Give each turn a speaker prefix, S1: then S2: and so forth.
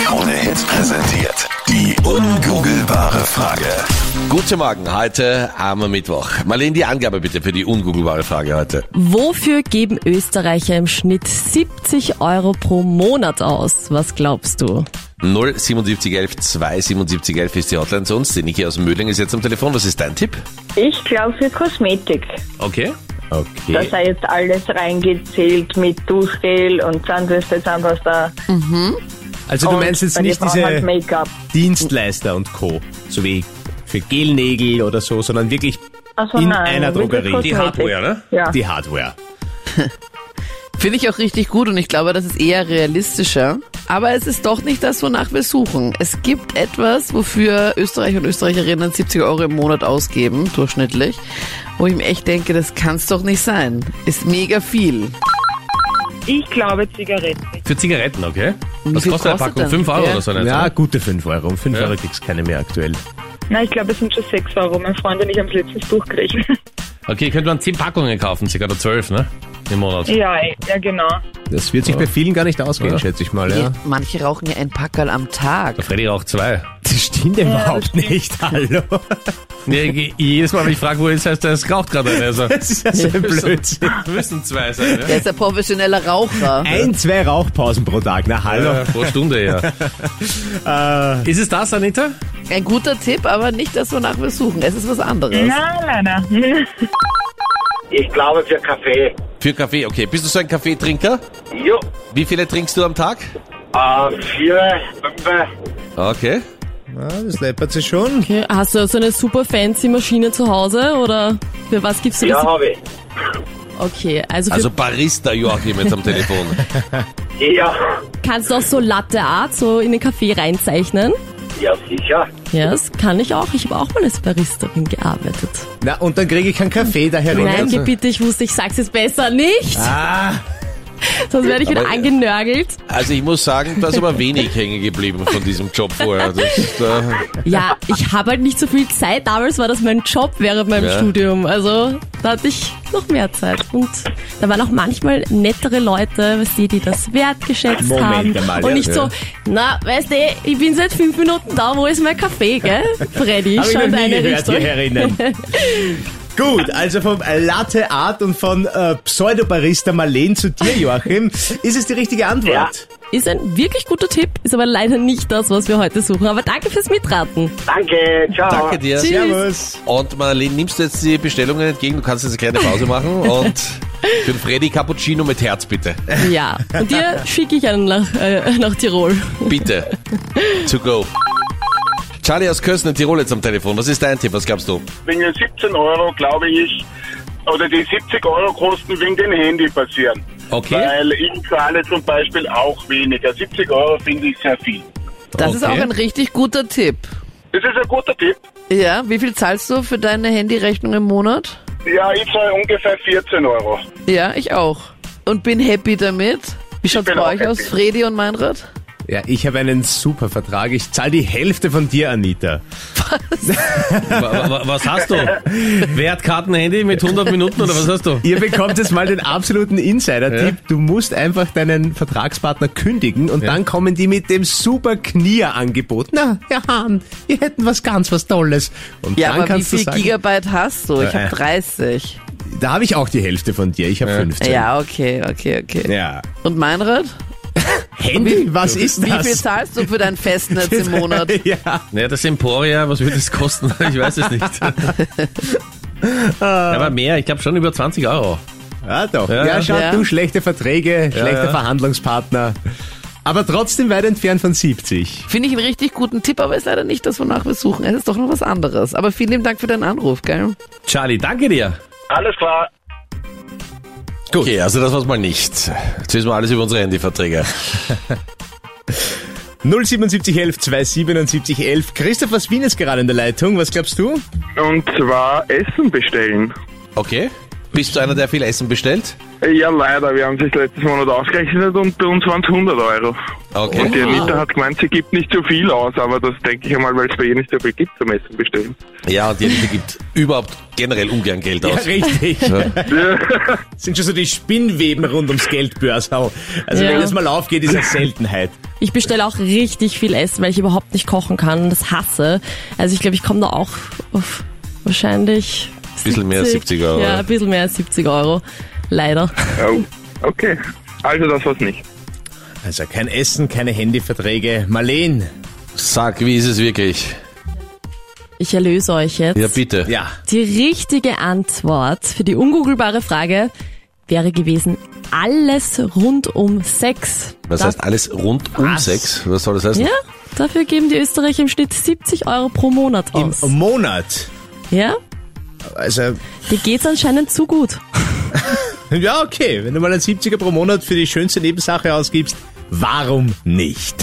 S1: Krone Hits präsentiert. Die ungoogelbare Frage.
S2: Guten Morgen, heute armer Mittwoch. Marlene, die Angabe bitte für die ungoogelbare Frage heute.
S3: Wofür geben Österreicher im Schnitt 70 Euro pro Monat aus? Was glaubst du?
S2: 07711 27711 ist die Hotline zu uns. Die Niki aus Mödling ist jetzt am Telefon. Was ist dein Tipp?
S4: Ich glaube für Kosmetik.
S2: Okay.
S4: Da
S2: Okay.
S4: sei jetzt alles reingezählt mit Duschgel und Zahnbürste, Zahnpasta.
S5: Also du
S4: und
S5: meinst jetzt
S4: bei
S5: nicht
S4: den Frauen halt
S5: diese
S4: Make-up.
S5: Dienstleister und Co. So wie für Gelnägel oder so, sondern wirklich
S4: Also
S5: in
S4: nein,
S5: einer
S4: wirklich
S5: Drogerie.
S4: Kosmetik.
S2: ne?
S4: Ja.
S5: Die Hardware.
S6: Finde ich auch richtig gut und ich glaube, das ist eher realistischer. Aber es ist doch nicht das, wonach wir suchen. Es gibt etwas, wofür Österreicher und Österreicherinnen 70 Euro im Monat ausgeben, durchschnittlich. Wo ich mir echt denke, das kann's doch nicht sein. Ist mega viel.
S7: Ich glaube Zigaretten.
S8: Für Zigaretten, okay?
S6: Und
S8: Was
S6: wie viel
S8: kostet eine Packung?
S6: denn?
S8: 5 Euro
S6: Ja.
S8: oder so? eine?
S5: Ja, gute 5 Euro. Um 5
S8: Ja.
S5: Euro kriegst du keine mehr aktuell.
S7: Nein, ich glaube, es sind schon sechs Euro. Mein Freund und ich haben letztes durchgerechnet.
S8: Okay, könnte man 10 Packungen kaufen, circa oder 12, ne? Im Monat.
S7: ja, eh, ja, genau.
S5: Das wird sich bei vielen gar nicht ausgehen,
S8: Ja.
S5: schätze ich mal. Ja.
S6: Ja, Manche rauchen ja ein Packerl am Tag.
S8: Der Freddy raucht zwei.
S5: Das stimmt überhaupt nicht. Hallo.
S8: Nee, ich- jedes Mal, wenn ich frage, wo ist, heißt er, es raucht gerade einer. Also,
S5: Das ist ja so ein Blödsinn.
S8: müssen zwei sein, ne?
S6: Der ist ein professioneller Raucher.
S5: Ein, zwei Rauchpausen pro Tag. Na hallo.
S8: Ja, pro Stunde, ja.
S6: Äh.
S8: Ist es das, Anita?
S6: Ein guter Tipp, aber nicht das, wonach wir suchen. Es ist was anderes.
S7: Nein, leider.
S9: Ich glaube für Kaffee.
S2: Für Kaffee, okay. Bist du so ein Kaffeetrinker?
S9: Jo.
S2: Wie viele trinkst du am Tag?
S9: Äh, vier, fünf.
S2: Okay.
S5: Ah, das läppert sich schon.
S3: Okay, hast du so eine super fancy Maschine zu Hause oder für was gibst du
S9: Ja,
S3: das?
S9: habe ich.
S3: Okay, also, für,
S2: Also Barista Joachim jetzt am Telefon.
S9: Ja.
S3: kannst du auch so Latte Art so in den Kaffee reinzeichnen?
S9: Ja, sicher.
S3: Ja, das kann ich auch. Ich habe auch mal als Baristerin gearbeitet.
S5: Na, und dann kriege ich keinen Kaffee daher.
S3: Nein, geh bitte, ich wusste, ich sag's jetzt besser nicht.
S5: Ah,
S3: Sonst werde ich wieder
S2: Aber-
S3: angenörgelt.
S2: Also ich muss sagen, da ist aber wenig hängen geblieben von diesem Job vorher. Das ist, äh,
S3: Ja, ich habe halt nicht so viel Zeit. Damals war das mein Job während meinem
S2: Ja.
S3: Studium. Also da hatte ich noch mehr Zeit. Und da waren auch manchmal nettere Leute, weißt du, die das wertgeschätzt
S5: Moment
S3: haben.
S5: einmal,
S3: und
S5: ja.
S3: nicht so, na, weißt du, ich bin seit fünf Minuten da, wo ist mein Kaffee, gell? Freddy,
S5: habe ich
S3: schau
S5: noch
S3: in
S5: nie
S3: deine
S5: gehört,
S3: Richtung.
S5: hierherinnen. Gut, also vom Latte Art und von äh, Pseudobarista Marleen zu dir, Joachim. Ist es die richtige Antwort?
S3: Ist ein wirklich guter Tipp, ist aber leider nicht das, was wir heute suchen. Aber danke fürs Mitraten.
S9: Danke, ciao.
S2: danke dir.
S3: Tschüss.
S5: Servus.
S2: Und Marlene, nimmst du jetzt die Bestellungen entgegen? Du kannst jetzt eine kleine Pause machen. Und für den Freddy Cappuccino mit Herz bitte.
S3: Ja. Und dir schicke ich einen nach, äh, nach Tirol.
S2: Bitte. To go. Charlie aus Kösen in Tirol jetzt am Telefon. Was ist dein Tipp? Was glaubst du?
S10: wegen den 17 Euro, glaube ich, oder die 70 Euro Kosten wegen dem Handy passieren.
S2: Okay.
S10: Weil ich zahle zum Beispiel auch weniger. 70 Euro finde ich sehr viel.
S6: Das ist auch
S2: Okay.
S6: ein richtig guter Tipp.
S10: Das ist ein guter Tipp.
S6: Ja, wie viel zahlst du für deine Handyrechnung im Monat?
S10: Ja, ich zahle ungefähr 14 Euro.
S6: Ja, ich auch. Und bin happy damit. Wie schaut's
S10: bin
S6: bei
S10: auch
S6: euch aus,
S10: happy.
S6: Fredi und Meinrad?
S5: Ja, ich habe einen super Vertrag. Ich zahle die Hälfte von dir, Anita.
S8: Wa- wa- Was hast du? Wer hat Kartenhandy mit 100 Minuten oder was hast du?
S5: Ihr bekommt jetzt mal den absoluten Insider-Tipp. Du musst einfach deinen Vertragspartner kündigen und dann kommen die mit dem super Knier-Angebot. Na, Herr Hahn, wir hätten was ganz was Tolles. Und
S6: Ja,
S5: dann
S6: aber wie
S5: kannst
S6: viel
S5: du sagen,
S6: Gigabyte hast du? Ich
S5: Ja.
S6: habe 30.
S5: da habe ich auch die Hälfte von dir. Ich habe 15.
S6: Ja, okay, okay, okay.
S5: ja.
S6: Und Meinrad?
S5: Handy, was ist
S6: Wie
S5: das?
S6: viel zahlst du für dein Festnetz im Monat?
S5: ja.
S8: Naja, das Emporia, was würde das kosten? Ich weiß es nicht.
S5: Ah.
S8: Aber mehr, ich glaube schon über 20 Euro.
S5: ja, ah, doch. Ja,
S8: Ja.
S5: schau,
S6: Ja.
S5: du, schlechte Verträge, schlechter
S8: ja.
S5: Verhandlungspartner. Aber trotzdem weit entfernt von 70.
S6: Finde ich einen richtig guten Tipp, aber ist leider nicht das, wonach wir suchen. Es ist doch noch was anderes. Aber vielen lieben Dank für deinen Anruf, gell?
S8: Charlie, danke dir.
S10: Alles klar.
S2: Gut. Okay, also das war's mal nicht. Jetzt wissen wir alles über unsere Handyverträge.
S5: 07711 27711. Christoph aus Wien ist gerade in der Leitung. Was glaubst du?
S10: Und zwar Essen bestellen.
S2: Okay. Bist du einer, der viel Essen bestellt?
S10: Ja, leider. Wir haben sich letztes Monat ausgerechnet und bei uns waren es 100 Euro. Und die
S2: Okay.
S10: Anita hat gemeint, sie gibt nicht so viel aus, aber das denke ich einmal, weil es bei ihr nicht so viel gibt zum Essen bestellen.
S2: Ja, und die Anita gibt überhaupt generell ungern Geld aus.
S5: richtig.
S10: Ja.
S5: Sind schon so die Spinnweben rund ums Geldbörsau. Also
S3: Ja.
S5: wenn das mal aufgeht, ist es Seltenheit.
S3: Ich bestelle auch richtig viel Essen, weil ich überhaupt nicht kochen kann und das hasse. Also ich glaube, ich komme da auch auf wahrscheinlich
S2: Bisschen mehr als 70 Euro.
S3: Ja, ein bisschen mehr als 70 Euro. Leider.
S11: Oh, okay. Also das war's nicht.
S5: Also kein Essen, keine Handyverträge. Marleen.
S2: Sag, wie ist es wirklich?
S3: Ich erlöse euch jetzt.
S2: Ja, bitte.
S5: Ja.
S3: Die richtige Antwort für die ungoogelbare Frage wäre gewesen alles rund um Sex.
S2: Was
S3: Da-
S2: heißt alles rund um Sex? Was soll das heißen?
S3: Ja, dafür geben die Österreicher im Schnitt 70 Euro pro
S2: Oh,
S3: Monat
S5: Im
S2: um
S3: aus.
S5: Monat.
S3: Ja,
S5: Also,
S3: dir geht's anscheinend zu gut.
S5: ja, okay. Wenn du mal einen 70er pro Monat für die schönste Nebensache ausgibst, warum nicht?